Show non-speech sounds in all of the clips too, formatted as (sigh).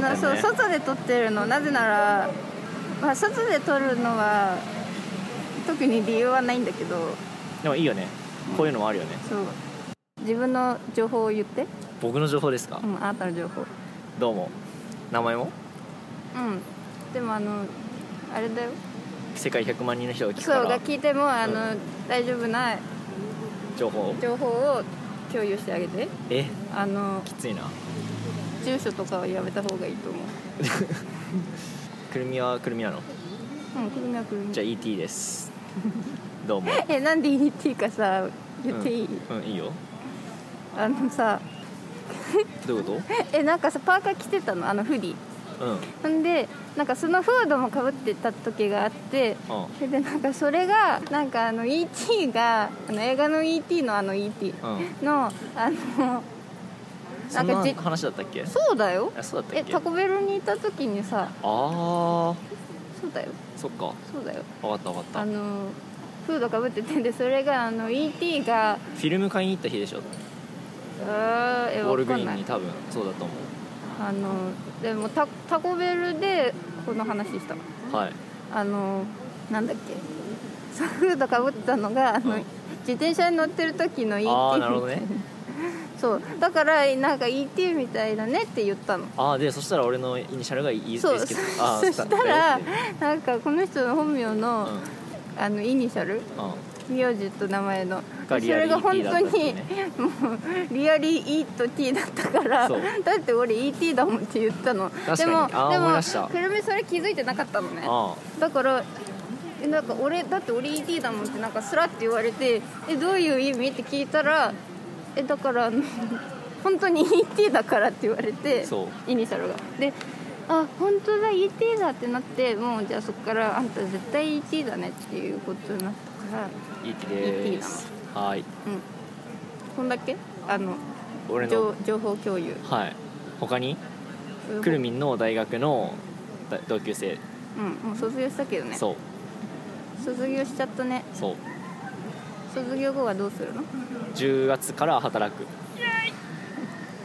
外で撮ってるのなぜなら、まあ、外で撮るのは特に理由はないんだけどでもいいよねこういうのもあるよねそう自分の情報を言って、僕の情報ですか、うん、あなたの情報どうも名前もうんでもあのあれだよ世界100万人の人が聞くかそうがら聞いてもあの、う大丈夫な情報情報を共有してあげてえあのきついな住所とかはやめた方がいいと思くるみはくるみなのううんくるみはくるみじゃあ ET です (laughs) どうもえなんで ET かさ言っていい、うん、うんいいよあのさどういうこえなんかさパーカー着てたのあのフリーとうんほんでなんかそのフードもかぶってた時があってあそれでなんかそれがなんかあの E.T. があの映画の E.T. のあの E.T. あうんのあのそんなんかじな話だったっけそうだよあそうだったえっけタコベルにいた時にさあそうだよーそっかそうだよ分かった分かあったのフードかぶっててでそれがあの E.T. がフィルム買いに行った日でしょあーえウォールわグかリんーなンにい多分そうだと思あのでもタタコベルでこの話したうはいあのなんだっけそうフードかぶったのがあの、うん自転車に乗ってる時の ET ああなるほどねそうだからなんか ET みたいだねって言ったのああでそしたら俺のイニシャルがいいそうですけどそあーそしたらスタッフだよなんかこの人の本名の,、ってあのイニシャルうんうん名字と名前のそがリアれリがー本 T だったっ当ていにうねもうリアリ E と T だったからそうだって俺 ET だもんって言ったのかにでもあー思い出しでたもくるみそれ気づいてなかったのねあだからえなんか俺だって俺 ET だもんってなんかスラって言われてえどういう意味って聞いたらえだからあの (laughs) 本当に ET だからって言われてそイニシャルがであ本当だ ET だってなってもうじゃあそっからあんた絶対 ET だねっていうことになったからう ET でーすはーいうんこんだけあの俺の情情報共有はい他にくるみんの大学のだ同級生うんもう卒業したけどねそう卒業しちゃったねそう卒業後はどうするの10月から働く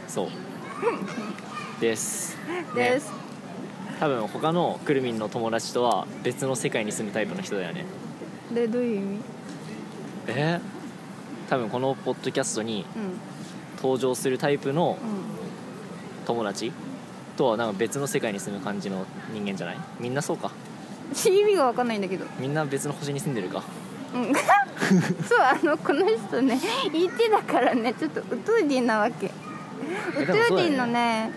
そうですね (laughs) です多分他のくるみんの友達とは別の世界に住むタイプの人だよねでどういう意味えー多分このポッドキャストにうん登場するタイプのう友達とはなんか別の世界に住む感じの人間じゃないみんなそうかん、意味が分かんないんだけど、みんな別の星に住んでるかうん、 (laughs) そうあのこの人ね ET だからねちょっとウトゥーディンなわけウトえゥーでもそうだよねディンのね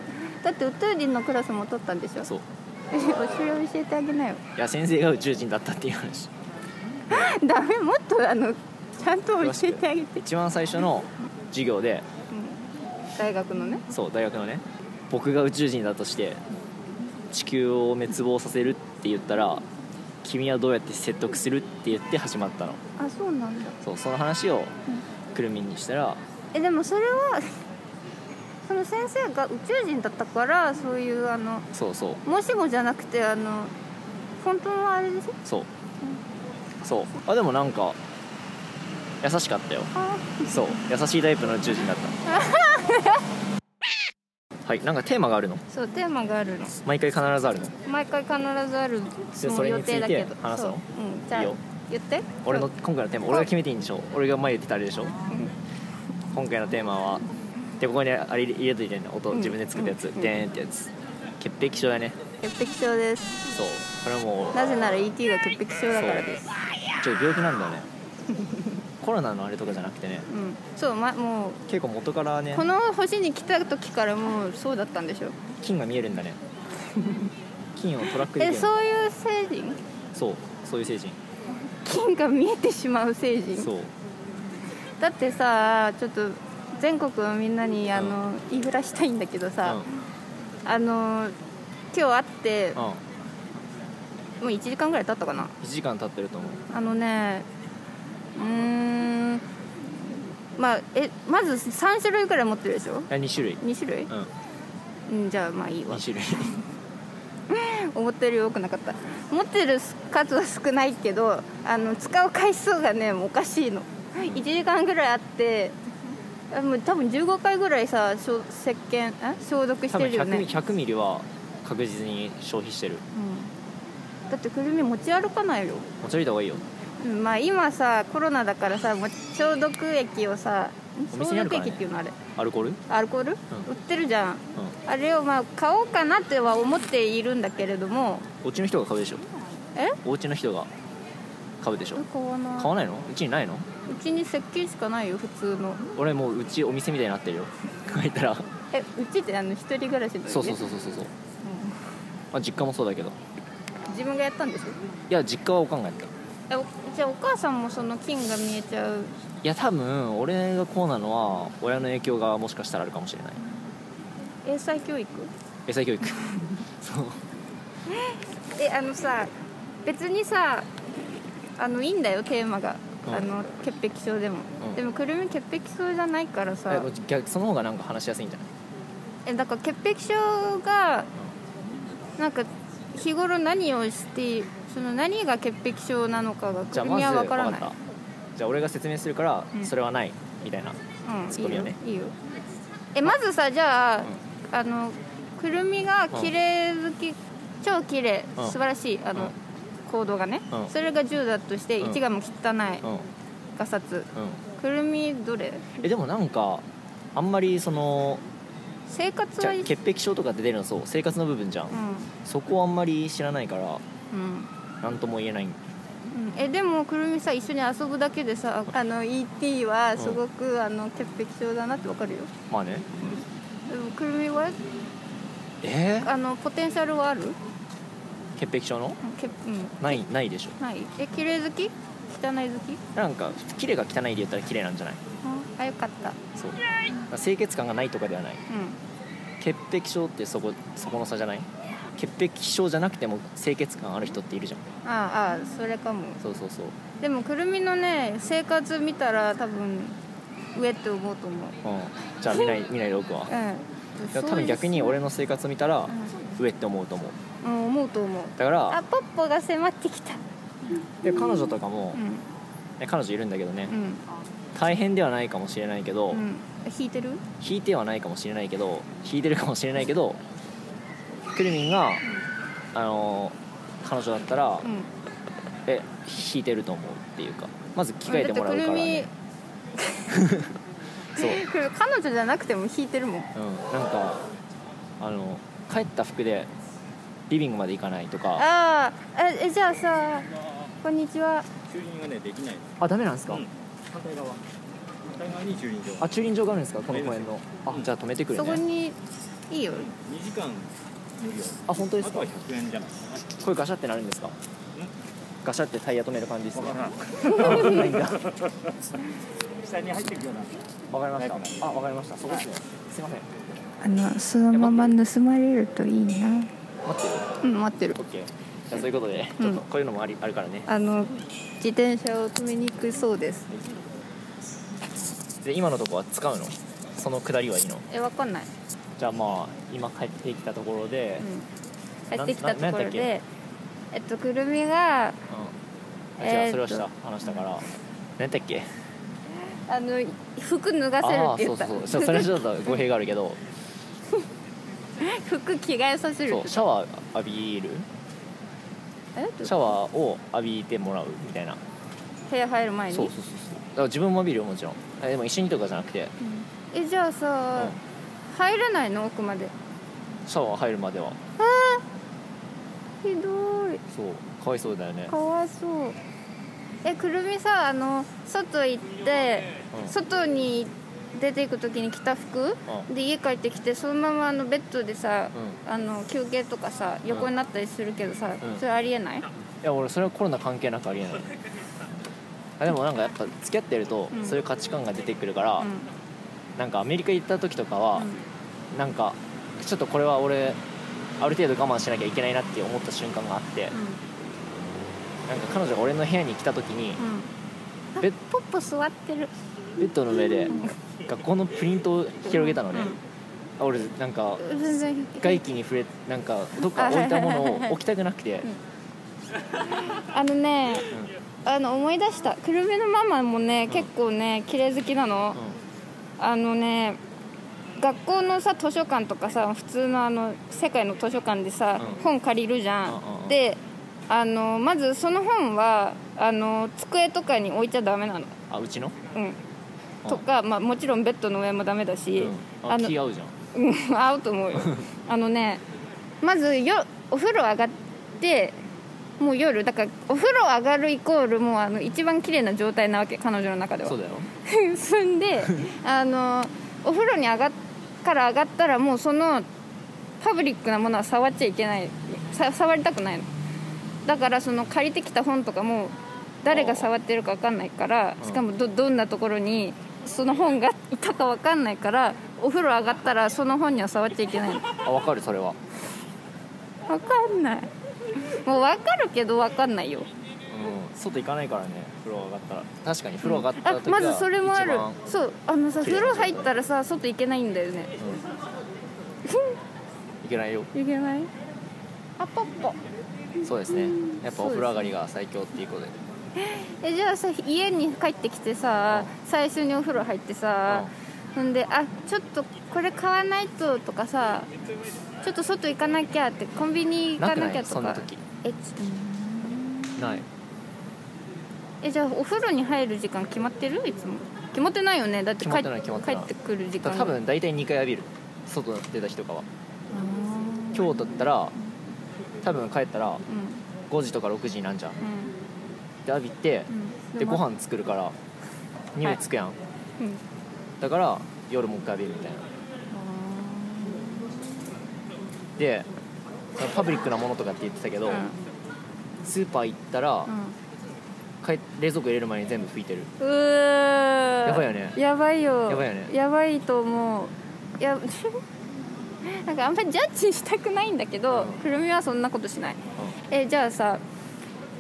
だってウトゥーディンのクラスも取ったんでしょそうえそれ教えてあげなよいや先生が宇宙人だったっていう話ダメもっとあのちゃんと教えてあげて、一番最初の授業でうん、大学のねそう大学のね僕が宇宙人だとして地球を滅亡させるって言ったら君はどうやって説得するって言って始まったのあそうなんだそうその話をくるみんにしたらえでもそれはその先生が宇宙人だったからそういうあのそうそう申し子じゃなくてあの本当のあれでしょそうそうあでもなんか優しかったよあそう優しいタイプの宇宙人だった (laughs) はいなんかテーマがあるのそうテーマがあるの毎回必ずあるの毎回必ずあるそそのれ予について定だけど話すのそううん、じゃあいいよ言って俺の今回のテーマ俺が決めていいんでしょ俺が前言ってたあれでしょうん今回のテーマはでここにあれ入れといてんの音うん自分で作ったやつ、うんでーんってやつ潔癖症だね潔癖症ですそうこれはもうなぜなら ET が潔癖症だからですちょっと病気なんだ (laughs) よねコロナのあれとかじゃなくてねうん、そう、ま、もう結構元からねこの星に来た時からもうそうだったんでしょ菌が見えるん (laughs) だね菌をトラックできえるのそういう成人そうそういう成人金が見えてしまう成人そうだってさちょっと全国のみんなにあの、言いふらしたいんだけうどさん、あの今日会ってもうん、う1時間ぐらい経ったかな1時間経ってると思うあのねうーんまあえまず3種類ぐらい持ってるでしょあ2種類2種類うんうんじゃあまあいいわ2種類 (laughs) 思ったより多くなかった持ってる数は少ないけどあの使う回数がねもうおかしいの1時間ぐらいあってあもう多分15回ぐらいさしょ石鹸あ消毒し多て分るよ 100, ね100ミリは確実に消費してるうんだってくるみ持ち歩かないよ持ち歩いた方がいいようんまあ今さコロナだからさもう消毒液をさお消店にある毒から液ねっていうのあれアルコール、うん、アルコール、売ってるじゃんあれをまあ買おうかなっては思っているんだけれどもお家の人が買うでしょえお家の人が買うでしょ買わない買わないのうちにないのうちに石鹸しかないよ普通の俺もううちお店みたいになってる (laughs) よ入ったらえうちってあの一人暮らしの、ね、そうそうそうそうそうそう、まあ、実家もそうだけど自分がやったんでしょいや実家はおかんがやったいえおじゃあお母さんもその菌が見えちゃうや多分俺がこうなのは親の影響がもしかしたらあるかもしれない英才教育英才教 (laughs) 育そうえあのさ別にさあのいいんだよテーマが、うんあの潔癖症でも、うんでもくるみ潔癖症じゃないからえさ逆その方がなんか話しやすいんじゃないえだから潔癖症がなんか日頃何をしてその何が潔癖症なのかがじくゃあるまみずは分分かからっないたじゃあ俺が説明するからうんそれはないみたいな、うんツッコミをねいいよいいよえまずさじゃあ、あのくるみが綺麗好き、超綺麗うん素晴らしいあの、うん行動がね、うんそれが10だとしてうん1がもう汚い、うんうんガサツくるみどれえでもなんかあんまりその生活じゃあはいい潔癖症とかって出るのそう生活の部分じゃん、うそこをあんまり知らないからんうん何とも言えないうんえでもくるみさ一緒に遊ぶだけでさあの ET はすごく、あの潔癖症だなってわかるよまあねでもくるみはえーあのポテンシャルはある潔癖症のけ、うん、ないないでしょないえ綺麗好き汚い好きなんか綺麗が汚いで言ったら綺麗なんじゃないあよかったそう清潔感がないとかではないうん潔癖症ってそこそこの差じゃない潔癖症じゃなくても清潔感ある人っているじゃんああああそれかもそうそうそうでもくるみのね生活見たら多分上って思うと思ううんじゃあ見ない見ないでおくわうんでも多分逆に俺の生活見たらう、上って思うと思うんうん、思うと思うだかあらポッポが迫ってきたで彼女とかもう、んね彼女いるんだけどねうん大変ではないかもしれないけど、うん引いてる引いてはないかもしれないけど引いてるかもしれないけどくるみんがあの彼女だったら、うんえ引いてると思うっていうかまず着替えてもらうからねそう、(laughs) だってくるみくる彼女じゃなくても引いてるもんうん、なんかあの帰った服でリビングまで行かないとかああええじゃあさこんにちは駐輪はねできないですあダメなんですか、うん反対側反対側に駐輪場あ駐輪場があるんですかこの公園のあじゃあ止めてくるそこねにいいよ2時間無料あ本当ですあとかは100円じゃないこれガシャってなるんですかガシャってタイヤ止める感じですわねからんわかんないんだわか下に入っていくようなりましたあわかりましたそこですねすいませんあのそのまま盗まれるといいな待ってようん待ってるオッケーじゃあそういうことでうちんょっとこういうのもありあるからねあの自転車を止めにくそうですで今のとこは使うのその下りはいいのえわかんない、じゃあまあ今帰ってきたところでうん、帰ってきたとこなろなんやっでえっとくるみがうん違えーうっそれとはした話したから何だっけあの服脱がせるああってそう言そったうそうそうそれはちょっと語弊があるけ (laughs) ど服 (laughs) 服着替えさせるそうシャワー浴びるえシャワーを浴びてもらうみたいな部屋入る前にそうそうそうそうだから自分も浴びるよもちろんえでも一緒にとかじゃなくて、うんえじゃあさ、うん入れないの奥までシャワー入るまではひどいそうかわいそうだよねかわいそうえくるみさあの外行って、うん外に出ていく時に着た服、うんで家帰ってきてそのままあのベッドでさ、うあの休憩とかさ横になったりするけどさ、うんそれありえない、いや俺それはコロナ関係なくありえないあでもなんかやっぱ付き合ってるとうんそういう価値観が出てくるから、うんなんかアメリカ行った時とかうは、んなんかちょっとこれは俺ある程度我慢しなきゃいけないなって思った瞬間があって、なんか彼女が俺の部屋に来た時にうんうんベあポッポ座ってるベッドの上でうん学校のプリントを広げたのね、あ俺なんか全然外気に触れなんかどっか置いたものを置きたくなくて、あのね、あの思い出したくるみのママもね結構ね綺麗好きなの、うんあのね学校のさ図書館とかさ普通のあの世界の図書館でさ、うん本借りるじゃん、うんうんうんであのまずその本はあの机とかに置いちゃダメなの、あうちのうん、うんとか、まあ、もちろんベッドの上もダメだし、うん、あの気合うじゃんうん (laughs) 合うと (laughs) 思うよあのねまずよお風呂上がってもう夜だからお風呂上がるイコールもうあの一番綺麗な状態なわけ彼女の中ではそうだよそん (laughs) であのお風呂に上がっから上がったらもうそのパブリックなものは触っちゃいけないさ触りたくないのだからその借りてきた本とかも誰が触ってるか分かんないからうんしかもどどんなところにその本がいたか分かんないからお風呂上がったらその本には触っちゃいけないのあわかるそれは分かんないもう分かるけど分かんないようん外行かないからね風呂上がったら確かに風呂上がった時あはまずそれもあ一る番そうあのさ綺麗風な呂入ったらさ外行けないんだよねいけないよいけないあポッポそうですねうんやっぱお風呂上がりが最強っていうことでえじゃあさ家に帰ってきてさ最初にお風呂入ってさほんであちょっとこれ買わないととかさちょっと外行かなきゃってコンビニ行なかくななきゃいとそんかな時えちないえじゃあお風呂に入る時間決まってるいつも決まってないよねだって帰っ決まってない決まって帰ないってくる時だ間多分大体2回浴びる外出た日とかはあー今日だったら多分帰ったらうん5時とか6時になんじゃんで浴びてうんうんでご飯作るから荷物つくやん、うんだから夜もう一回浴びるみたいなでそのパブリックなものとかって言ってたけど、うんスーパー行ったら、うん帰冷蔵庫入れる前に全部拭いてるうーやばいよねやばいよやばいよねやばいと思ういや (laughs) なんかあんまりジャッジしたくないんだけど、うんくるみはそんなことしないえじゃあさ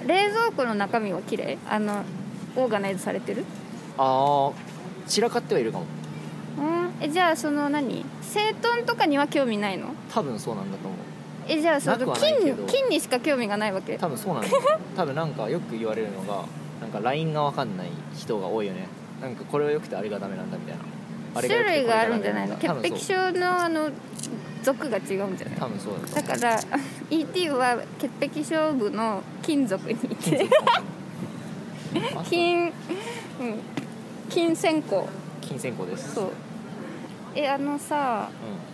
冷蔵庫の中身は綺麗あのオーガナイズされてるああ散らかってはいるかもうんえじゃあその何整頓とかには興味ないの多分そうなんだと思うえじゃあそなくのはないけ金ど金にしか興味がないわけ多分そう (laughs) なんだと思う多分なんかよく言われるのがなんか LINE が分かんない人が多いよねなんかこれは良くてあれがダメなんだみたいなあれ種良くて類があるんじゃないのこれがダメ潔んだ癖症のあの属が違うんじゃない多分そう多分そうだだから (laughs) ET は潔癖症部の金属にいてと思う金、うん、金線香金線香ですそうえあのさうん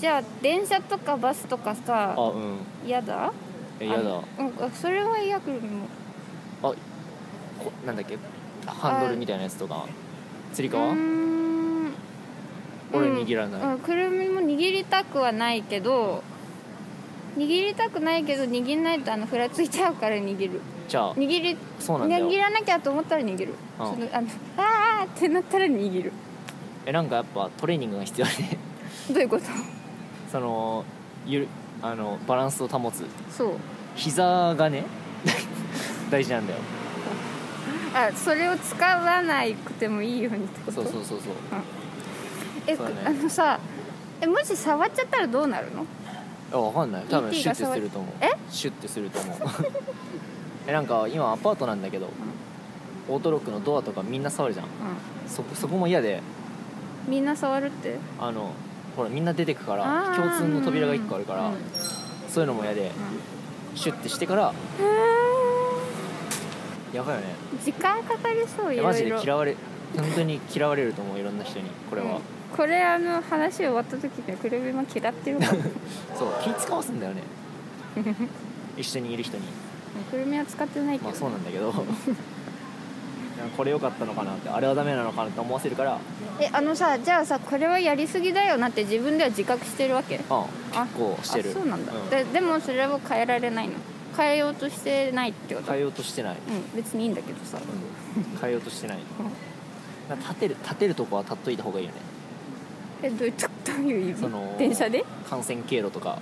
じゃあ電車とかバスとかさあうん嫌だえやあだのうんあそれは嫌くるもこなんだっけハンドルみたいなやつとかつりうー革ん俺うん握らない、うんくるみも握りたくはないけど握りたくないけど握んないとあのふらついちゃうから握るじゃあ握りそうなんだよ握らなきゃと思ったら握るうんそのあのあーってなったら握るえなんかやっぱトレーニングが必要でどういうことそのゆるあのバランスを保つそう膝がね (laughs) 大事なんだよあそれを使わなくてもいいようにってことそうそうそうそうえそうだねあのさえもし触っちゃったらどうなるのあわかんない多分 ET シュがッてすると思うシュッてすると思う (laughs) えなんか今アパートなんだけど、オートロックのドアとかみんな触るじゃんうそそこも嫌でんみんな触るってあのほらみんな出てくからあー共通の扉が1個あるから、うんそういうのも嫌でシュッてしてからやばいよねうん時間かかりそういいやろマジいでろ嫌われ本当に嫌われると思ういろんな人にこれは、うんこれあの話終わった時にくるみも嫌ってるか (laughs) らうんそう気使わすんだよ (laughs) ね一緒にいる人にくるみは使ってないけど、まあそうなんだけどいやこれ良かったのかなってあれはダメなのかなって思わせるからえあのさじゃあさこれはやりすぎだよなって自分では自覚してるわけああ結構してるあそうなんだ、んででもそれを変えられないの変えようとしてないってこと変えようとしてない、うん別にいいんだけどさうん変えようとして (laughs) ないだから立てる立てるとこは立っといた方がいいよねえどういうとどういう意味その電車で感染経路とか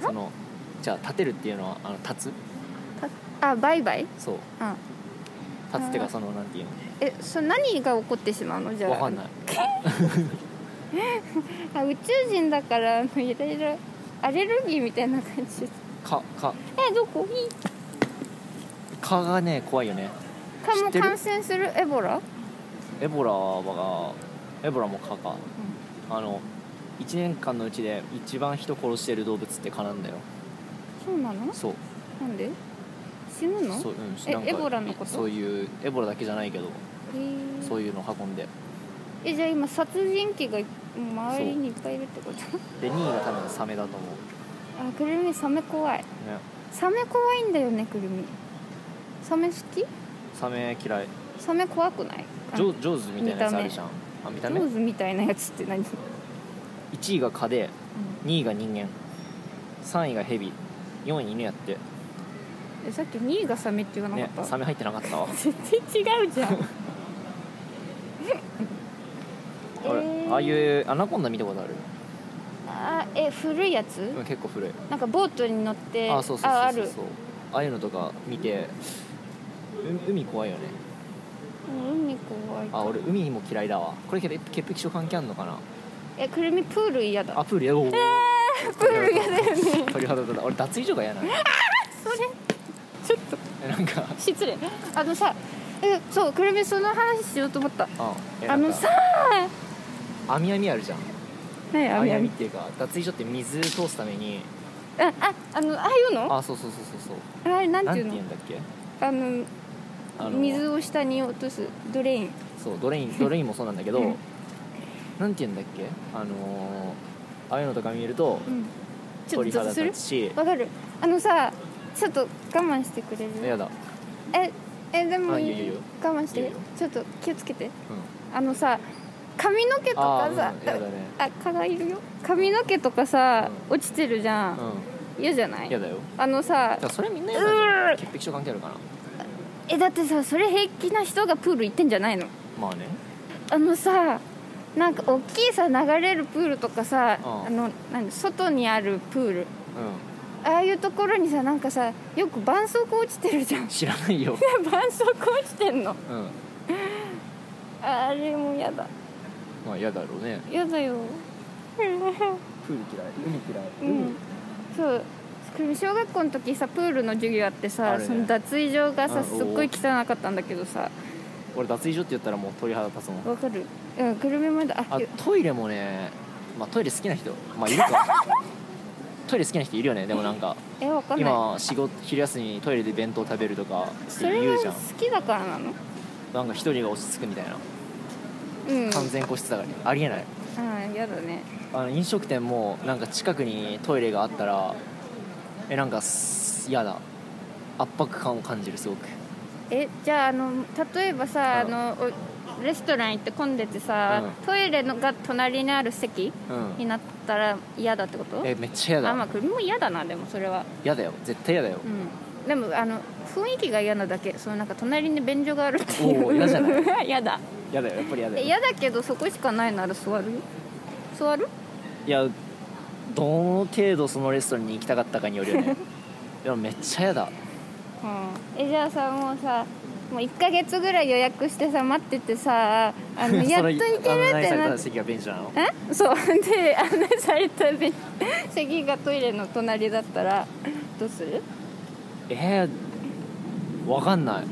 そのじゃあ立てるっていうのはあの立つたあバイバイそううん立つっていうかそのなんていうえそれ何が起こってしまうのじゃのあわかんないあ宇宙人だからあのいろいろアレルギーみたいな感じかかえどこいい蚊がね怖いよねか知もってる感染するエボラエボラはエボラも蚊か、あの1年間のうちで一番人殺してる動物って蚊なんだよそうなのそうなんで死ぬのそう、うん、へえなんかエボラのことそういうエボラだけじゃないけどーそういうのを運んでえじゃあ今殺人鬼が周りにいっぱいいるってことで2位が多分サメだと思、あくるみサメ怖いうね、サメ怖いんだよねくるみサメ好きサメ嫌いサメ怖くないジョジョーズみたいなやつあるじゃんあ見あたの目上手みたいなやつって何、うん、 1位が蚊で2位が人間3位がヘビ4位犬やってえさっき2位がサメって言わなねかった、サメ入ってなかったわ絶対違う (laughs) じゃんえあれーああいうアナコンダ見たことあるあえ古いやつ、うん結構古いなんかボートに乗ってあそうそうあそあうそうるそうああいうのとか見てう海怖いよねうん海怖いあ俺海も嫌いだわこれけど潔癖症関係あんのかなえくるみプール嫌だあプールやおお (laughs) プール嫌だよね (laughs) 鳥肌立った俺脱衣所が嫌なのそれちょっとなんか失礼あのさえそうくるみその話しようと思ったあえなあんのかさ網網あるじゃん何網あ網っていうか脱衣所って水通すためにあああのああいうのああそうそうそうそうれそなうんなんていてう言うのんだっけあのあの水を下に落とすドレインそうドレ (laughs) インドレインもそうなんだけどうんなんて言うんだっけあのーああいうのとか見るとうんちょっ鳥とゾッ肌とする立つしわかるあのさちょっと我慢してくれやるだええでもあいいよいいよ我慢していいよちょっと気をつけてうんあのさ髪の毛とあかーうんさやだねあ蚊がいるよ髪の毛とかさ、落ちてるじゃん、う嫌じゃないんやだよあのさだからそれみんなやだうねー潔癖症関係あるかなえだってさそれ平気な人がプール行ってんじゃないのまあねあのさなんか大きいさ流れるプールとかさ、うんあのなんだ外にあるプールうああいうところにさなんかさよく絆創膏落ちてるじゃんん知らない (laughs) よ絆創膏落ちてんのうんああれも嫌だまあ嫌だろうね嫌 (laughs) だよプール嫌いう海嫌いんそう小学校の時さプールの授業あってあさ、るねその脱衣場がうさ、んすっごい汚かったんだけどさ俺脱衣所って言ったらもう鳥肌立つもんわかるうんグルメまでああゆトイレもねまあトイレ好きな人まあいる (laughs) かトイレ好きな人いるよねでもなんかえわかんない今仕事昼休みにトイレで弁当食べるとかってそれ言うじゃがん好きだからなのなんか一人が落ち着くみたいなうん完全個室だからねありえないああやだねあの飲食店もなんか近くにトイレがあったらえなんかす嫌だ圧迫感を感じるすごくえじゃああの例えばさあうんのおレストラン行って混んでてさ、うんトイレのが隣にある席うんになったら嫌だってことえめっちゃ嫌あまあだこれも嫌だなでもそれは嫌だよ絶対嫌だようんでもあの雰囲気が嫌なだけそのなんか隣に便所があるっていおうー嫌じゃな (laughs) 嫌だ嫌だよやっぱり嫌だえよ嫌だけどそこしかないなら座るよ座るいやどの程度そのレストランに行きたかったかによるよね (laughs) でもめっちゃ嫌だうん、えじゃあさもうさもう1か月ぐらい予約してさ待っててさ (laughs) あのやっと行けるっあの何てされなたって席がベンチなのえそうで案内されたべ (laughs) 席がトイレの隣だったらどうするえー、わかんない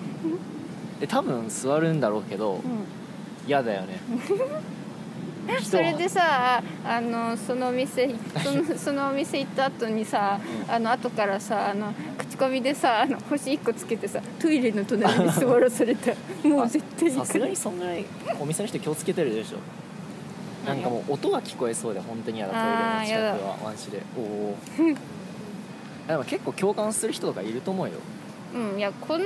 え多分座るんだろうけどうん嫌だよね人それでさあのそのお店そのそのお店行った後にさあの後からさあの口コミでさあの星1個つけてさトイレの隣に座らされ (laughs) たもう絶対行さすくがにそんぐらいお店の人気をつけてるでしょなんかもう音が聞こえそうで本当に嫌だトイレあーの近くはマジでおお (laughs) でも結構共感する人とかいると思うようんいやこの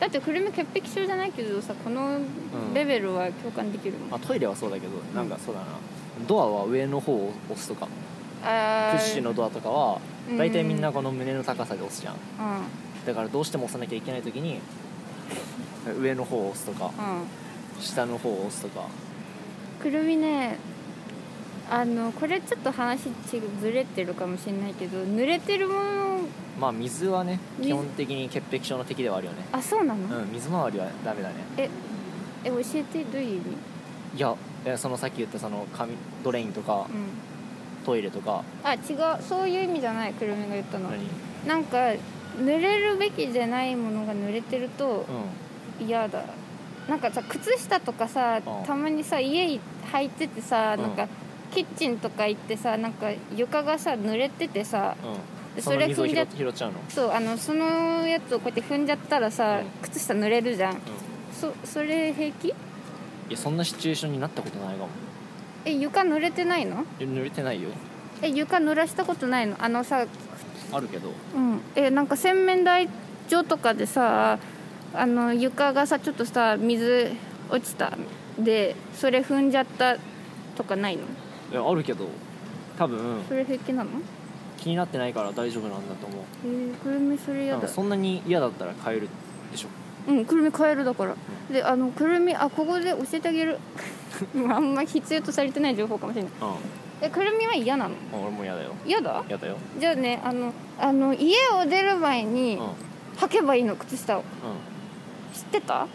だってくるみ潔癖症じゃないけどさこのんレベルは共感できるもん、まあトイレはそうだけどなんかそうだなドアは上の方を押すとかプあッシュのドアとかはうん大体みんなこの胸の高さで押すじゃんうんうんだからどうしても押さなきゃいけない時に上の方を押すとか下の方を押すとかくるみねあのこれちょっと話ちずれてるかもしれないけど濡れてるものまあ水はね水基本的に潔癖症の敵ではあるよねあそうなの、うん水回りはダメだねええ教えてどういう意味いやいやそのさっき言ったその紙ドレインとかうんトイレとかあ違うそういう意味じゃないくるみが言ったの何うんなんか濡れるべきじゃないものが濡れてると嫌だなんかさ靴下とかさうんたまにさ家い履いててさうんなんかキッチンとか行ってさなんか床がさ濡れててさうでんそのそれ水を踏ん拾じゃ拾っちゃうのそうあのそのやつをこうやって踏んじゃったらさ、うん靴下濡れるじゃうんそそれ平気んいやそんなシチュエーションになったことないかもえ床濡れてないのいや濡れてないよえ床濡らしたことないのあのさあるけどうん、えなんか洗面台上とかでさあの床がさちょっとさ水落ちたでそれ踏んじゃったとかないのいやあるけど多分それ平気なの気になってないから大丈夫なんだと思うえー、くるみそれ多や分だそんなに嫌だったら変えるでしょうんくるみ買えるだからであのくるみあここで教えてあ (laughs) げるあんま必要とされてない情報かもしれないうんえくるみは嫌なのあ俺も嫌だよ嫌だ嫌だよじゃあねあのあの家を出る前うんにうん履けばいいの靴下を知ってた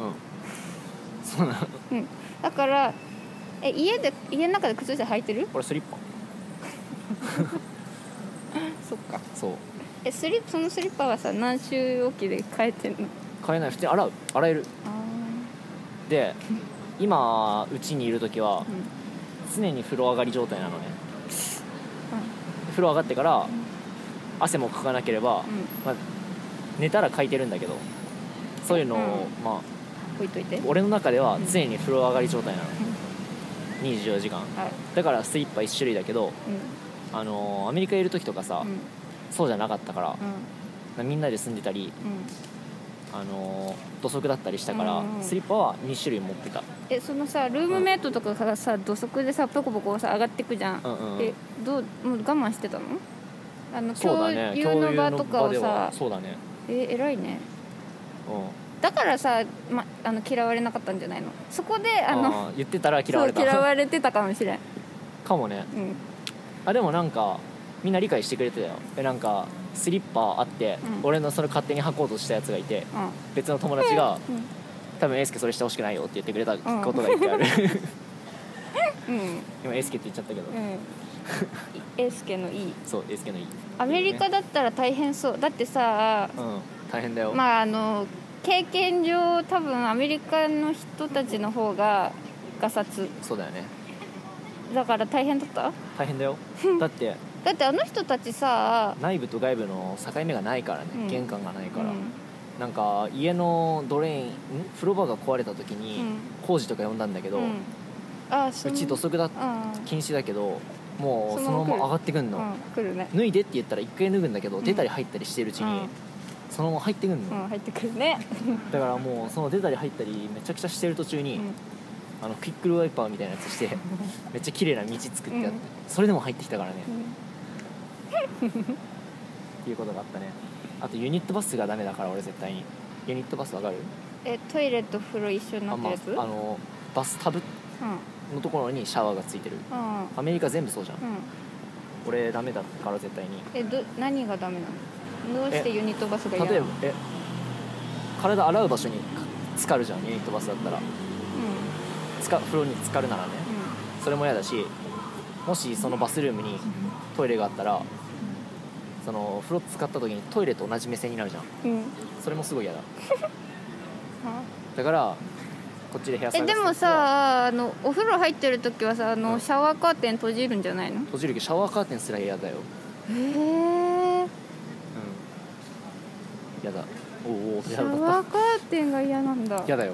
うんそうなのうん、だからえ家で家の中で靴下履いてる俺スリッパそっかそうえスリッそのスリッパはさ何週おきで変えてんの変えない普通に洗う洗えるあで今うちにいる時はあうん常に風呂上がり状態なのね風呂上がってから汗もかかなければ、うまあ、寝たらかいてるんだけどそういうのを、まあ、ん置いといて俺の中では常に風呂上がり状態なの、24時間はいだからスリッパ1種類だけど、うあのーアメリカいる時とかさ、んうんそうじゃなかったからう、んみんなで住んでたり、うんあのー土足だったりしたから、うんうんスリッパは2種類持ってた、えそのさルームメイトとかがさ土足でさポコポコさ上がってくじゃん、うんうんうんえどうもう我慢してたのあのそう共だね有の場とかを共有の場でさはそうだねえ偉いねうんだからさ、ま、あの嫌われなかったんじゃないのそこであのあー言ってたら嫌われたそう嫌われてたかもしれん、 (laughs) かもねうんあでもなんかみんな理解してくれてたよえなんかスリッパあって、うん俺のそれ勝手に履こうとしたやつがいてうん別の友達がうん「多分エースケそれしてほしくないよ」って言ってくれたことがいっぱいあ (laughs) る、 (laughs) うん今エースケって言っちゃったけど、 (laughs) うんエスケのいいそうエースケのいいアメリカだったら大変そうだってさうん大変だよ、まああの経験上多分アメリカの人たちの方がガサツそうだよねだから大変だった大変だ (laughs) よだってだってあの人たちさ、内部と外部の境目がないからね、うん玄関がないうから、ん、なんか家のドレインん風呂場が壊れた時に、うん工事とか呼んだんだけど、ううんあそのち土足だうん禁止だけどもうそそののまままま上がってくんの、うん来るね脱いでって言ったら一回脱ぐんだけど、ん出たり入ったりしてるうちに、うんそのまま入ってくんうの、ん入ってくるねだからもうその出たり入ったりめちゃくちゃしてる途中うに、んあのクイックルワイパーみたいなやつ (laughs) してめっちゃ綺麗な道作ってやって、うんそれでも入ってきたからね、うっんていうことがあったねあとユニットバスがダメだから俺絶対にユニットバスわかるえトイレと風呂一緒になあ,、っまてるあやつ、、あのバスタブのところにシャワーがついてるうんうんアメリカ全部そうじゃん、うん俺ダメだから絶対にえど何がダメなのどうしてユニットバスが嫌なの例えばえ体洗う場所に浸かるじゃんユニットバスだったらつか風呂に浸かるならねそれも嫌だしもしそのバスルームにトイレがあったらその風呂使った時にトイレと同じ目線になるじゃんうんうん、うんそれもすごい嫌だあだからこっちで部屋探えすでも時はさあのお風呂入ってる時はさあの、うんシャワーカーテン閉じるんじゃないの閉じるけどシャワーカーテンすら嫌だよへえ嫌だおうおうシ嫌だャっワーカーテンが嫌なんだた嫌だよ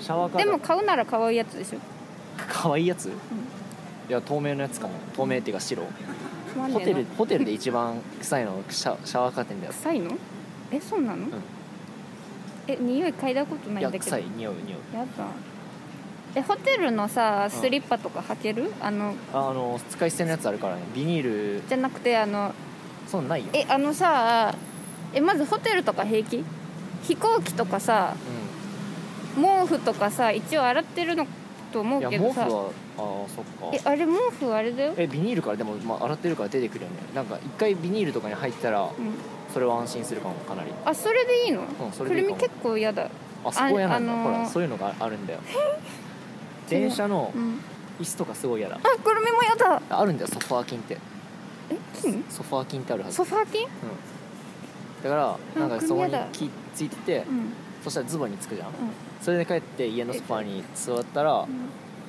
シャワーカーでテンも買うなら可愛いやつでしょ可愛いやつ、いや透明のやつかも透明っていうか白つまんねホえテなルホテルで一番臭いのはシャシャワーカーテンだよ臭いのえそうなの、んえ匂い嗅いだことないいやんだけど臭い匂う匂うやだえホテルのさスリッパとか履ける、あのああの使い捨てのやつあるからねビニールじゃなくてあのそんなんないよえあのさえまずホテルとか平気飛行機とかさ毛布とかさ一応洗ってるのとう思ん、いやう毛け布どさはあーそっえかあれ毛布あれだよえビニールからでも、まあ、洗ってるから出てくるよねなんか一回ビニールとかに入ったらうん、それは安心するかもかなりあそれでいいの、うんそくれでいるいかもみ結構嫌だあそこ嫌なんだ、ああのほーらそういうのがあるんだよ電車のうん椅子とかすごい嫌だあくるみも嫌だあるんだよソファー菌ってえ金ソファー菌ってあるはずソファー菌うん、だからあなんかそこ組み合にだ気ついててうんそしたらズボンにつくじゃん、んそれで帰って家のソファーに座ったら、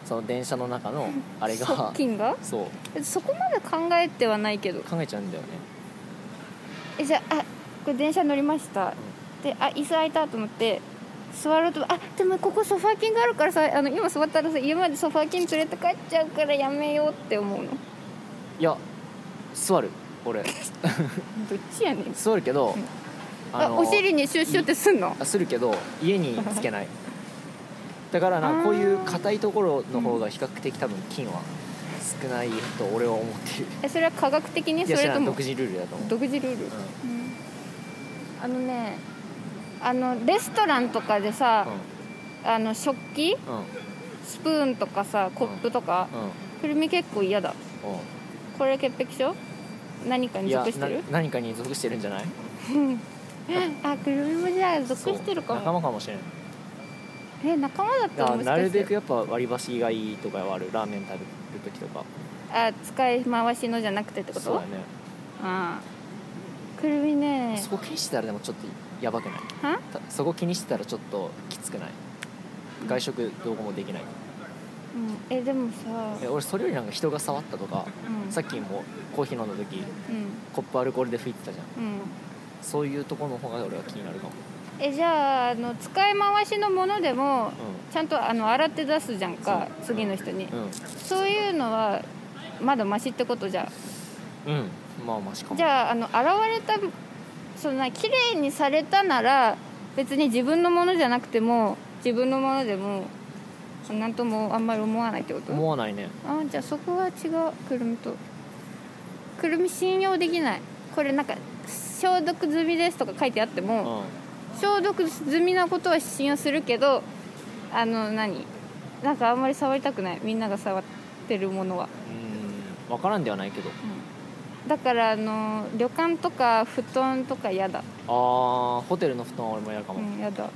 その電車の中のあれが側近がそうえそこまで考えてはないけど考えちゃうんだよねえじゃああこれ電車乗りました、であ椅子空いたと思って座ろうとあでもここソファー金があるからさあの今座ったらさ家までソファー金連れて帰っちゃうからやめようって思うのいや座る (laughs) 俺どっちやねん座るけど、うんああのお尻にシュッシュってすんのあするけど家につけないだからなこういう硬いところの方が比較的多分菌は少ないと俺は思っているえそれは科学的にいそや知れらとんも独自ルールだと思う独自ルール、うんあのねあのレストランとかでさ、あの食器うんうんスプーンとかさコップとか、うんくるみ結構嫌だうんこれ潔癖症何かにいや属してるな何かに属してるんじゃないあくるみもじゃあ属してるかそう仲も間かもしれないえ仲間だっだたかららもしなかるしべくてやっぱ割り箸がいいとかはあるラーメン食べる時とかあ使い回しのじゃなくてってことそうだねああくるみねそこ気にしてたらでもちょっとやばくないはたそこ気にしてたらちょっときつくない外食どこもできないうん、えでもさえ俺それよりなんか人が触ったとかうんさっきもコーヒー飲んだ時うんコップアルコールで拭いてたじゃんうんそういうところの方が俺は気になるかもえじゃああの使い回しのものでもうちゃんとあの洗って出すじゃんかそう次の人に、んそういうのはまだマシってことじゃうん、うん、まあマシかもじゃああの洗われたそんな綺麗にされたなら別に自分のものじゃなくても自分のものでもなんともあんまり思わないってこと思わないねあじゃあそこは違うくるみとくるみ信用できないこれなんか消毒済みですとか書いてあってうもん消毒済みなことは信用するけどあの何なんかあんまり触りたくないみんなが触ってるものはうん分からんではないけどだからあの旅館とか布団とか嫌だあーホテルの布団は俺も嫌かうも、ん嫌だ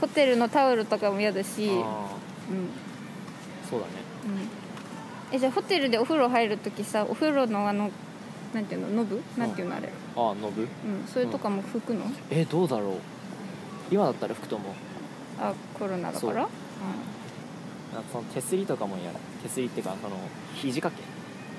ホテルのタオルとかも嫌だしうん、うん、あーそうだねえじゃあホテルでお風呂入るときさお風呂のあのなんていうのノブなんていうのあれああノブうんそれとかも拭くの、えどうだろう今だったら服ともあコロナだからそうなんかその手すりとかも嫌だ手すりっていうかその肘掛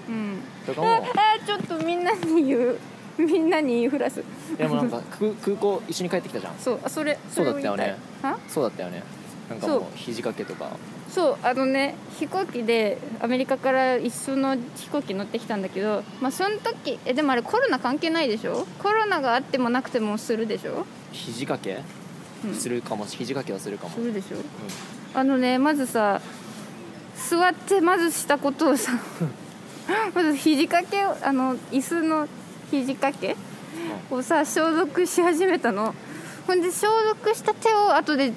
けうん、うん、とかあ (laughs) もあちょっとみんなに言うみんなに言いふらすでもなんか空空港一緒に帰ってきたじゃんそうあそれそうだれっをたよ言いいねはそうだったよねなんかそうもう肘掛けとかそうあのね飛行機でアメリカから一緒の飛行機乗ってきたんだけどまあその時えでもあれコロナ関係ないでしょコロナがあってもなくてもするでしょ、肘掛けうん、するかもし肘掛けはするかもするでしょあのねまずさ座ってまずしたことをさまず肘掛けをあの椅子の肘掛けをさ消毒し始めたのほんで消毒した手を (laughs) 後で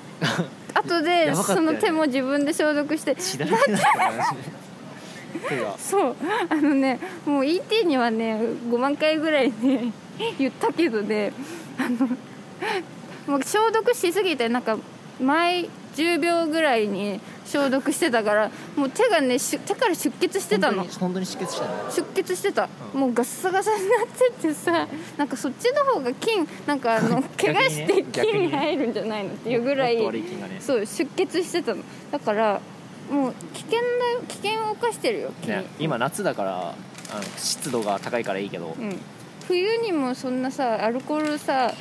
後でやばかったよそねの手も自分で消毒して血だら (laughs) けだったね手がそう (laughs) あのねもう ET にはね5万回ぐらいね (laughs) 言ったけどねあのもう (laughs) 消毒しすぎてなんか毎10秒ぐらいに消毒してたからもう手がねしゅ手から出血してたの本当に本当に止血したの出血してた、うんもうガッサガサになっててさなんかそっちの方が菌なんかあの (laughs) 怪我して逆にね菌入るんじゃないのっていうぐらいもっと悪い菌がねそう出血してたのだからもう危険だよ危険を犯してるよ君ね今夏だからあの湿度が高いからいいけど、うん、冬にもそんなさアルコールさ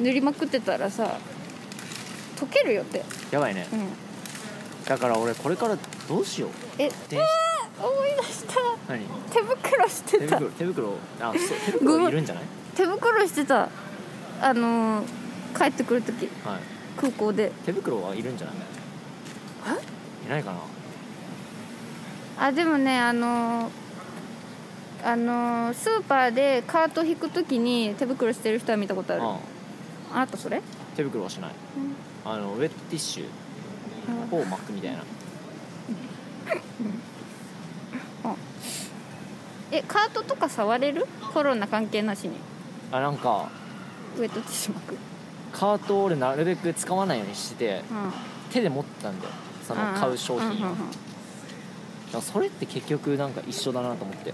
塗りまくってたらさ溶けるよって、やばいね、うん、だから俺これからどうしようえ電子あ思い出した何手袋し手てた (laughs) 袋手袋あそう手袋ごめんいるんじゃない手袋してたあのー帰ってくる時はい空港で手袋はいるんじゃないいないかなあでもねあのーあのースーパーでカート引く時に手袋してる人は見たことあるああなたそれ、手袋はしないうんあのウェットティッシュを巻くみたいなえカートとか触れるコロナ関係なしにあなんかウェットティッシュ巻く、カートを俺なるべく使わないようにしててうん、手で持ってたんだよその買う商品を、んんんだからそれって結局なんか一緒だなと思って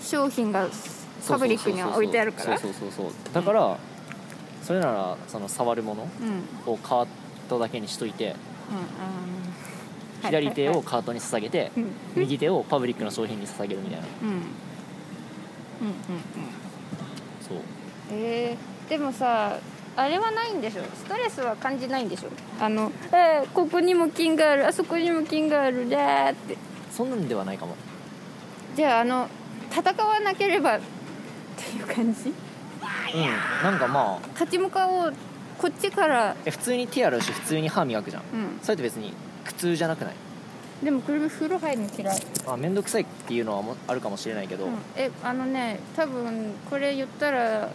商品がそうそうそうそうパブリックには置いてあるからそうそうそうそうだからそれならその触るものうんうんをカートだけにしといてあー左手はいをはいカートに捧げてはいうん右手をパブリックの商品に捧げるみたいなうんうんうんうんそうえー、でもさあれはないんでしょストレスは感じないんでしょあの「えー、ここにも金があるあそこにも金があるで」ってそんなんではないかもじゃああの戦わなければ (laughs) っていう感じうんなんかまあ勝ち向かおうこっちからえ普通に手洗うし普通に歯磨くじゃんうんそれって別に苦痛じゃなくないでも車風呂入るの嫌い、まあ面倒くさいっていうのはもあるかもしれないけど、うん、えあのね多分これ言ったら、んあの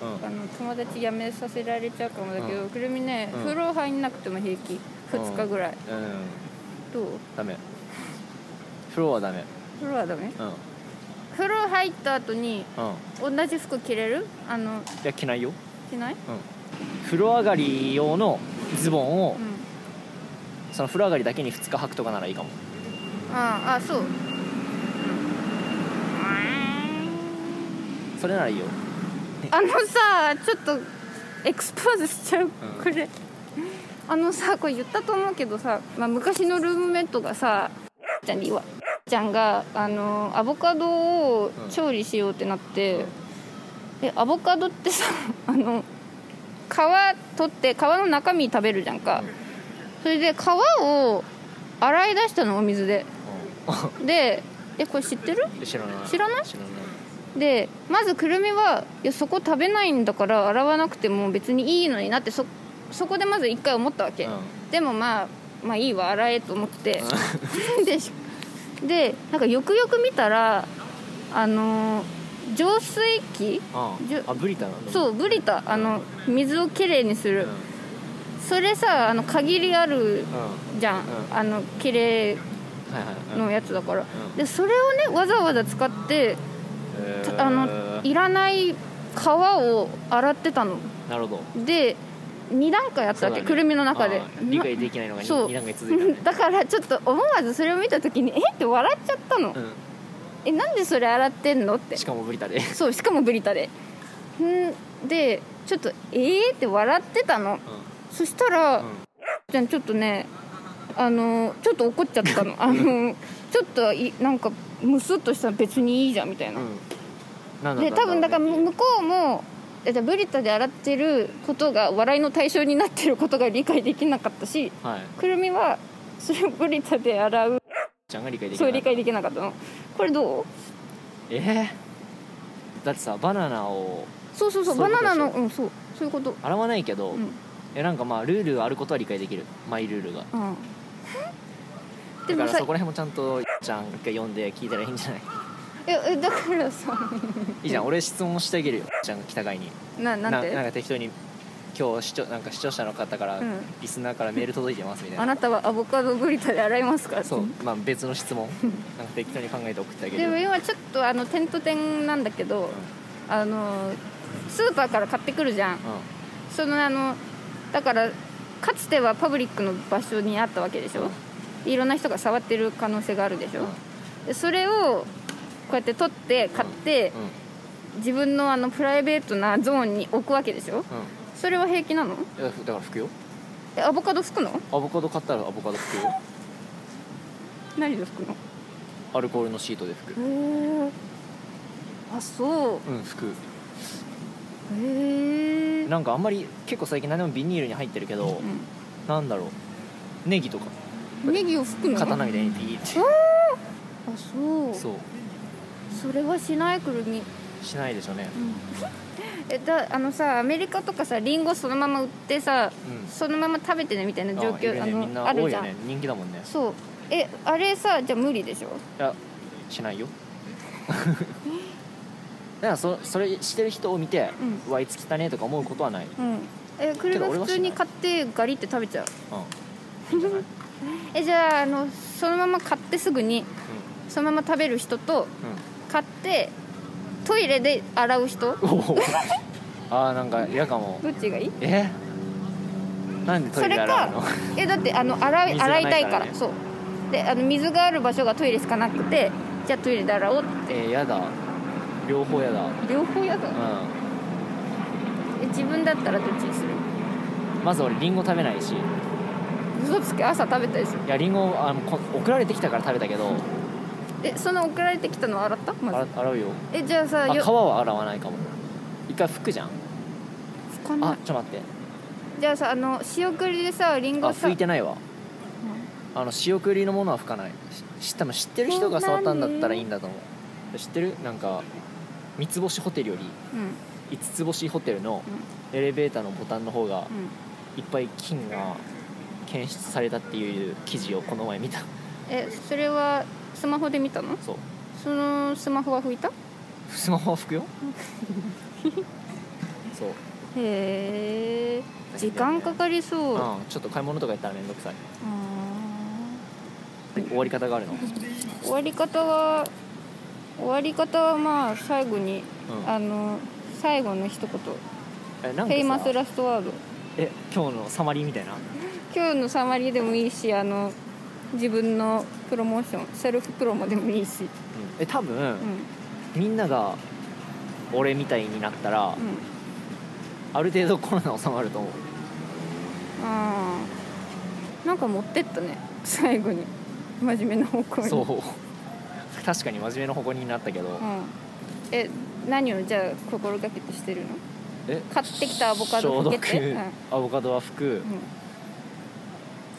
友達辞めさせられちゃうかもだけど、うくるみね、うん風呂入んなくても平気2日ぐらい、うんどうダメ風呂はダメ風呂はダメうんうん風呂入った後に同じ服着れるあのいや着ないよ、着ないうん、風呂上がり用のズボンを、うんその風呂上がりだけに2日履くとかならいいかもああそう、うん、それならいいよあのさちょっとエクスポーズしちゃう、んこれあのさこれ言ったと思うけどさ、まあ、昔のルームメイトがさちゃんでいいわちゃんがあのアボカドを調理しようってなって、えアボカドってさ (laughs) あの皮取って皮の中身食べるじゃんか、うんそれで皮を洗い出したのお水ででえこれ知ってるうん知らない知らない知らないでまずくるみはいやそこ食べないんだから洗わなくても別にいいのになってそそこでまず一回思ったわけ、うんでもまあまあいいわ洗えと思って、 (laughs) でしでなんかよくよく見たらあのー浄水器じうゅんあブリタなんだそうブリタあの水をきれいにすうんる、それさあの限りあるうんはじゃん、うんあのきれいいはいうんのやつだから、うんでそれをねわざわざ使ってえーあのいらない皮を洗ってたのなるほどで2段階あったわけ、くるみの中であー理解できないのが 2, そう段階続いたね (laughs) だからちょっと思わずそれを見た時にえって笑っちゃったの、うえなんでそれ洗ってんのってんしかもブリタでそうしかもブリタでんでちょっとえーって笑ってたのそしたら、うんちゃんちょっとねあのちょっと怒っちゃったのあのちょっといなんかムスっとしたら別にいいじゃんみたいな、うんなんで多分だからろうね向こうもえっとブリタで洗ってることが笑いの対象になってることが理解できなかったしはいくるみはそれをブリタで洗うちゃんが理解できそなうい理解できなかったのこれどうえーだってさバナナをそうそうそうそういうことバでしょナナのうんそうそういうこと洗わないけど、うんうんえなんかまあルールがあることは理解できるマイルールがでだかもらさそこら辺もちゃんとちゃんが読んで聞いたらいいんじゃないええだからさいいじゃん俺質問してあげるよちゃんが来た回にななんなんてか適当に今日視聴なんか視聴者の方から、うんリスナーからメール届いてますみたいあななたはアボカドブリタで洗いますかそうまあ別の質問なんか適当に考えて送ってあげるでよも今ちょっとあの点と点なんだけどあのスーパーから買ってくるじゃんうんそのあのだからかつてはパブリックの場所にあったわけでしょいろんな人が触ってる可能性があるでしょでそれをこうやって取って買ってうんうん自分のあのプライベートなゾーンに置くわけでしうょんそれは平気なのいやだから服よえアボカド拭くのアボカド買ったらアボカド服よ何で拭くのアルコールのシートで服へえあそうん服うへえなんかあんまり結構最近何でもビニールに入ってるけど、なんだろうネギとかうんネギを拭くの刀あみたいにビーってそうそうそれはしないくるみしないでしょうね (laughs) えだあのさアメリカとかさリンゴそのまま売ってさ、うんそのまま食べてねみたいな状況ああ,、いるねみんのなあ多るいじゃよん、ね人気だもんねそうえあれさじゃあ無理でしょいやしないよ (laughs) だからそそれしてる人を見て、うわいつ汚ねえとか思うことはない、うん、うんえクルてかミ俺普は通しないに買ってガリって食べちゃういいんじゃ (laughs) ない、うん、えじゃああのそのまま買ってすぐにそのまま食べる人と買ってトイレで洗う人うんおおあーなんか嫌かもどっちがいいえなんでトそイレれ洗うかのえだってあの洗水いがな洗いいたいかかららねそうであの水がある場所がトイレしかなくてじゃあトイレで洗おうえー、やだ両方やだ両方やだうえ自分だったらどっちにするまず俺リンゴ食べないし嘘つけ朝食べたりするいやリンゴあのこ送られてきたから食べたけどえその送られてきたの洗ったま洗ず洗うよえじゃあさあよ皮は洗わないかも一回拭くじゃん拭かなあいちょっと待ってじゃあさあの仕送りでさリンあゴさ拭いてないわあの仕送りのものは拭かないし多分知ってる人が触ったんだったらいいんだと思う知ってるなんか三つ星ホテルよりうんうん五つ星ホテルのエレベーターのボタンの方がうんいっぱい菌が検出されたっていう記事をこの前見た (laughs) えそれはスマホで見たのそうそのスマホは拭いたへスマホは拭く (laughs) よそうえ時間かかりそう、あうん、ちょっと買い物とかやったら面倒くさいー終わり方があるの、終わり方は終わり方はまあ最後に、うんあの最後の一言えなフェイマんスかさラストワードえ今日のサマリーみたいな今日のサマリーでもいいしあの自分のプロモーションセルフプロモでもいいしえ多分、うんみんなが俺みたいになったら、うんある程度コロナ収まると思うあーなんか持ってったね最後に真面目な方向にそう (laughs) 確かに真面目な方向になったけど、うん、え何をじゃあ心がけてしてるのえ買ってきたアボカド消毒かけて、うんうん、アボカドは拭く、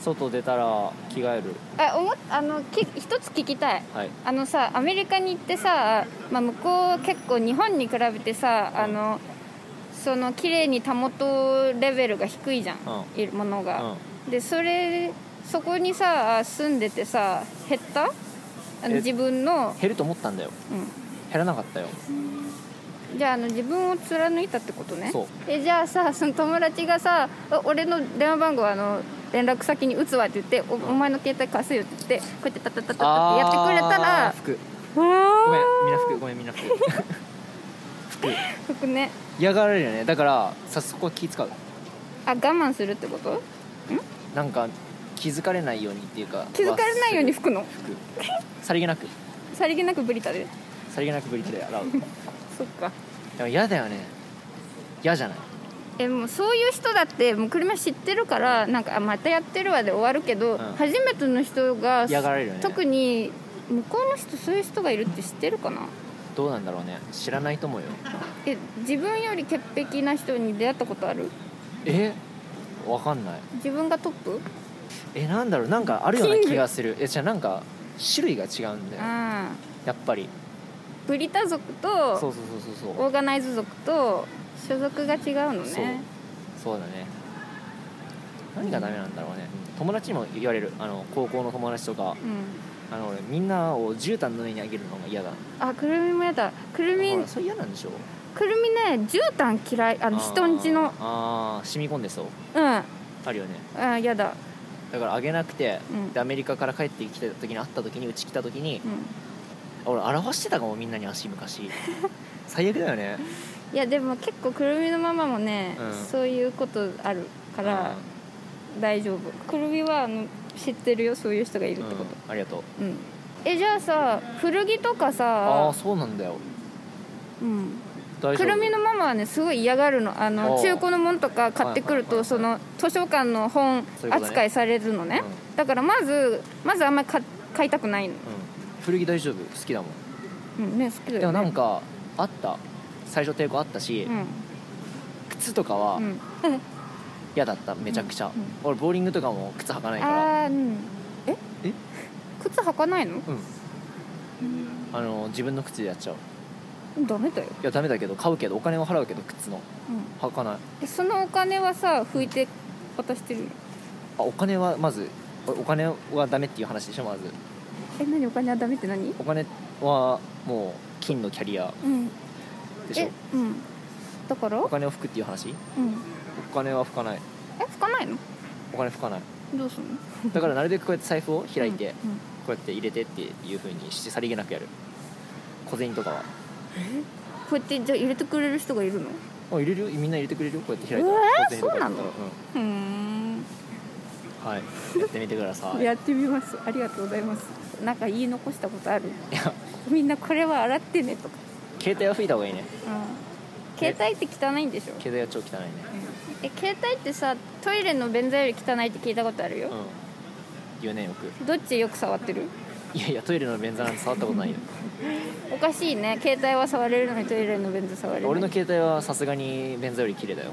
外出たら着替えるあ思っあのき一つ聞きたいはいあのさアメリカに行ってさ、まあ、向こう結構日本に比べてさあのその綺麗に保とレベルが低いじゃん、ういるものが、うでそれそこにさ住んでてさ減ったあのえ自分のん、減ると思ったんだようん減らなかったよじゃああの自分を貫いたってことねそうえじゃあさその友達がさあ俺の電話番号あの連絡先に打つわって言っておお前の携帯貸せよって言ってこうやってタタタタタってやってくれたあらー服ごごめんみんな服ごめんみんな (laughs) 服服服ね嫌がられるよねだからさそこは気使うあ我慢するってことなんか気づかれないようにっていうか気づかれないように拭くの服さりげなくさりげなくブリタでさりげなくブリッジで洗う (laughs) そっかでも嫌だよね嫌じゃないえもうそういう人だってもう車知ってるからなんかあまたやってるわで終わるけど、ん初めての人が嫌がられるよね特に向こうの人そういう人がいるって知ってるかなどうなんだろうね知らないと思うよえ自分より潔癖な人に出会ったことあるえわかんない自分がトップえなんだろうなんかあるようなキング気がするえじゃあなんか種類が違うんだよああやっぱりブリタ族そとうそうそうそうそうオーガナイズ族と所属が違うのそうねそうだね何がダメなんだろうね友達にも言われるあの高校の友達とかうんあの俺みんなを絨毯の上にあげるのが嫌だあくるみもやだくるみほらそれ嫌なんでしょくるみね絨毯嫌いあのー人んちのあー染み込んでそううんあるよねあやだだからあげなくて、うんでアメリカから帰ってきた時に会った時にうち来た時にう、ん俺表してたかもみんなに足 (laughs) 昔最悪だよねいやでも結構くるみのママもね、うんそういうことあるから大丈夫くるみはあの知ってるよそういう人がいるうっんてこありがとうとうん、えじゃあさ古着とかあさあーそうなんだようん大丈く夫るみのママはねすごい嫌がるのあおのう中古のものとか買ってくるはといはそいはいはの図書館の本そういうことね扱いされるのねだからまずまずあんまり買買いたくないの、うん古着大丈夫好きだもんうん、ね好きだよ、ね、でもなんかあった最初抵抗あったし、うん靴とかはうん嫌だっためちゃくちゃ、うんうん俺ボーリングとかも靴履かないからあーうんええ靴履かないうのんあの自分の靴でやっちゃうダメだよ、いやダメだけど買うけどお金を払うけど靴のうん、履かないえそのお金はさ拭いて渡してるのあお金はまずおお金はダメっていう話でしょまずえ何お金はダメって何お金はもう金のキャリアうんでしょえうんだからうおん金を拭くっていう話えお金は拭かない拭かないのお金拭かないどうするのだからなるべくこうやって財布を開いて、うこんうんうやって入れてっていうふうにしてさりげなくやる小銭とかはこうやってじゃあ入れてくれる人がいるのあ入れるよみんな入れてくれるよこうやって開いたうわー小銭とか入れたらそうなのうーんうんはい (laughs) やってみてくださいやってみますありがとうございますなんか言い残したことあるいやみんなこれは洗ってねとか、携帯は拭いた方がいいねうん、携帯って汚いんでしょ携帯は超汚いねえ携帯ってさトイレの便座より汚いって聞いたことあるようん、言うねよくどっちよく触ってるいやいやトイレの便座なんて触ったことないよおかしいね携帯は触れるのにトイレの便座触れる俺の携帯はさすがに便座より綺麗だよ、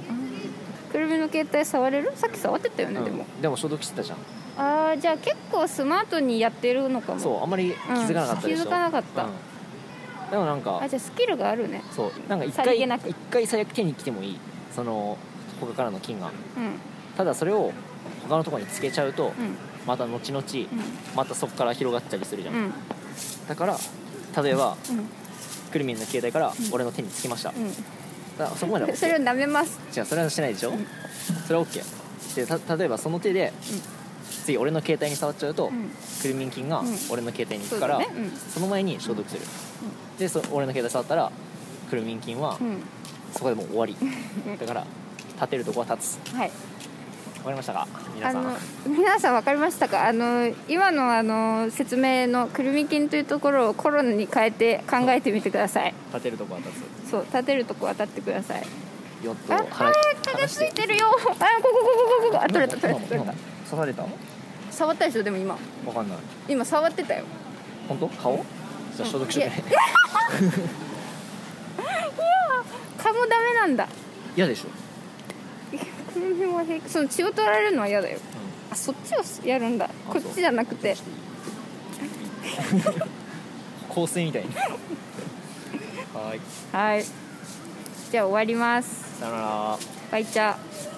くるみの携帯触れるさっき触ってたよね、うんでもでも消毒してたじゃんああじゃあ結構スマートにやってるのかもそうあんまり気づかなかったでしょ、うん気づかなかったうんでもなんかあじゃあスキルがあるねそうなんか一さり回げなく一回最悪手に来てもいいその他からの菌がうんうんただそれを他のところにつけちゃうと、また後々、またそこから広がったりするじゃん、うんうんだから例えばうんくるみんの携帯から俺の手につきました、だからそこまではうんそれを OK 舐めます違うそれはしないでしょ、それは OK でた例えばその手で、次俺の携帯に触っちゃうと、うんクルミン菌がうん俺の携帯に行そくうから、だねうんその前に消毒する、でそ俺の携帯触ったらクルミン菌はうんそこでもう終わ (laughs) り、だから立てるとこは立つはいわかりましたか皆あさんの皆さん分かりましたかあの今のあの説明のくるみ菌というところをコロナに変えて考えてみてください立てるとこは立つそう立てるとこは立ってくださいよっとああ話ー蚊が話しついててるよあこここここここあ取れた取れ今たも取れ今たも刺された触ったでしょでも今わかんない今触ってたよ本当顔じゃあ消毒しとけいや蚊もダメなんだ嫌でしょくるみも平気その血を取られるのは嫌だよあそっちをやるんだあこっちじゃなくてそう香水み (laughs) たいにはーいはいじゃあ終わりますさよならバイチャー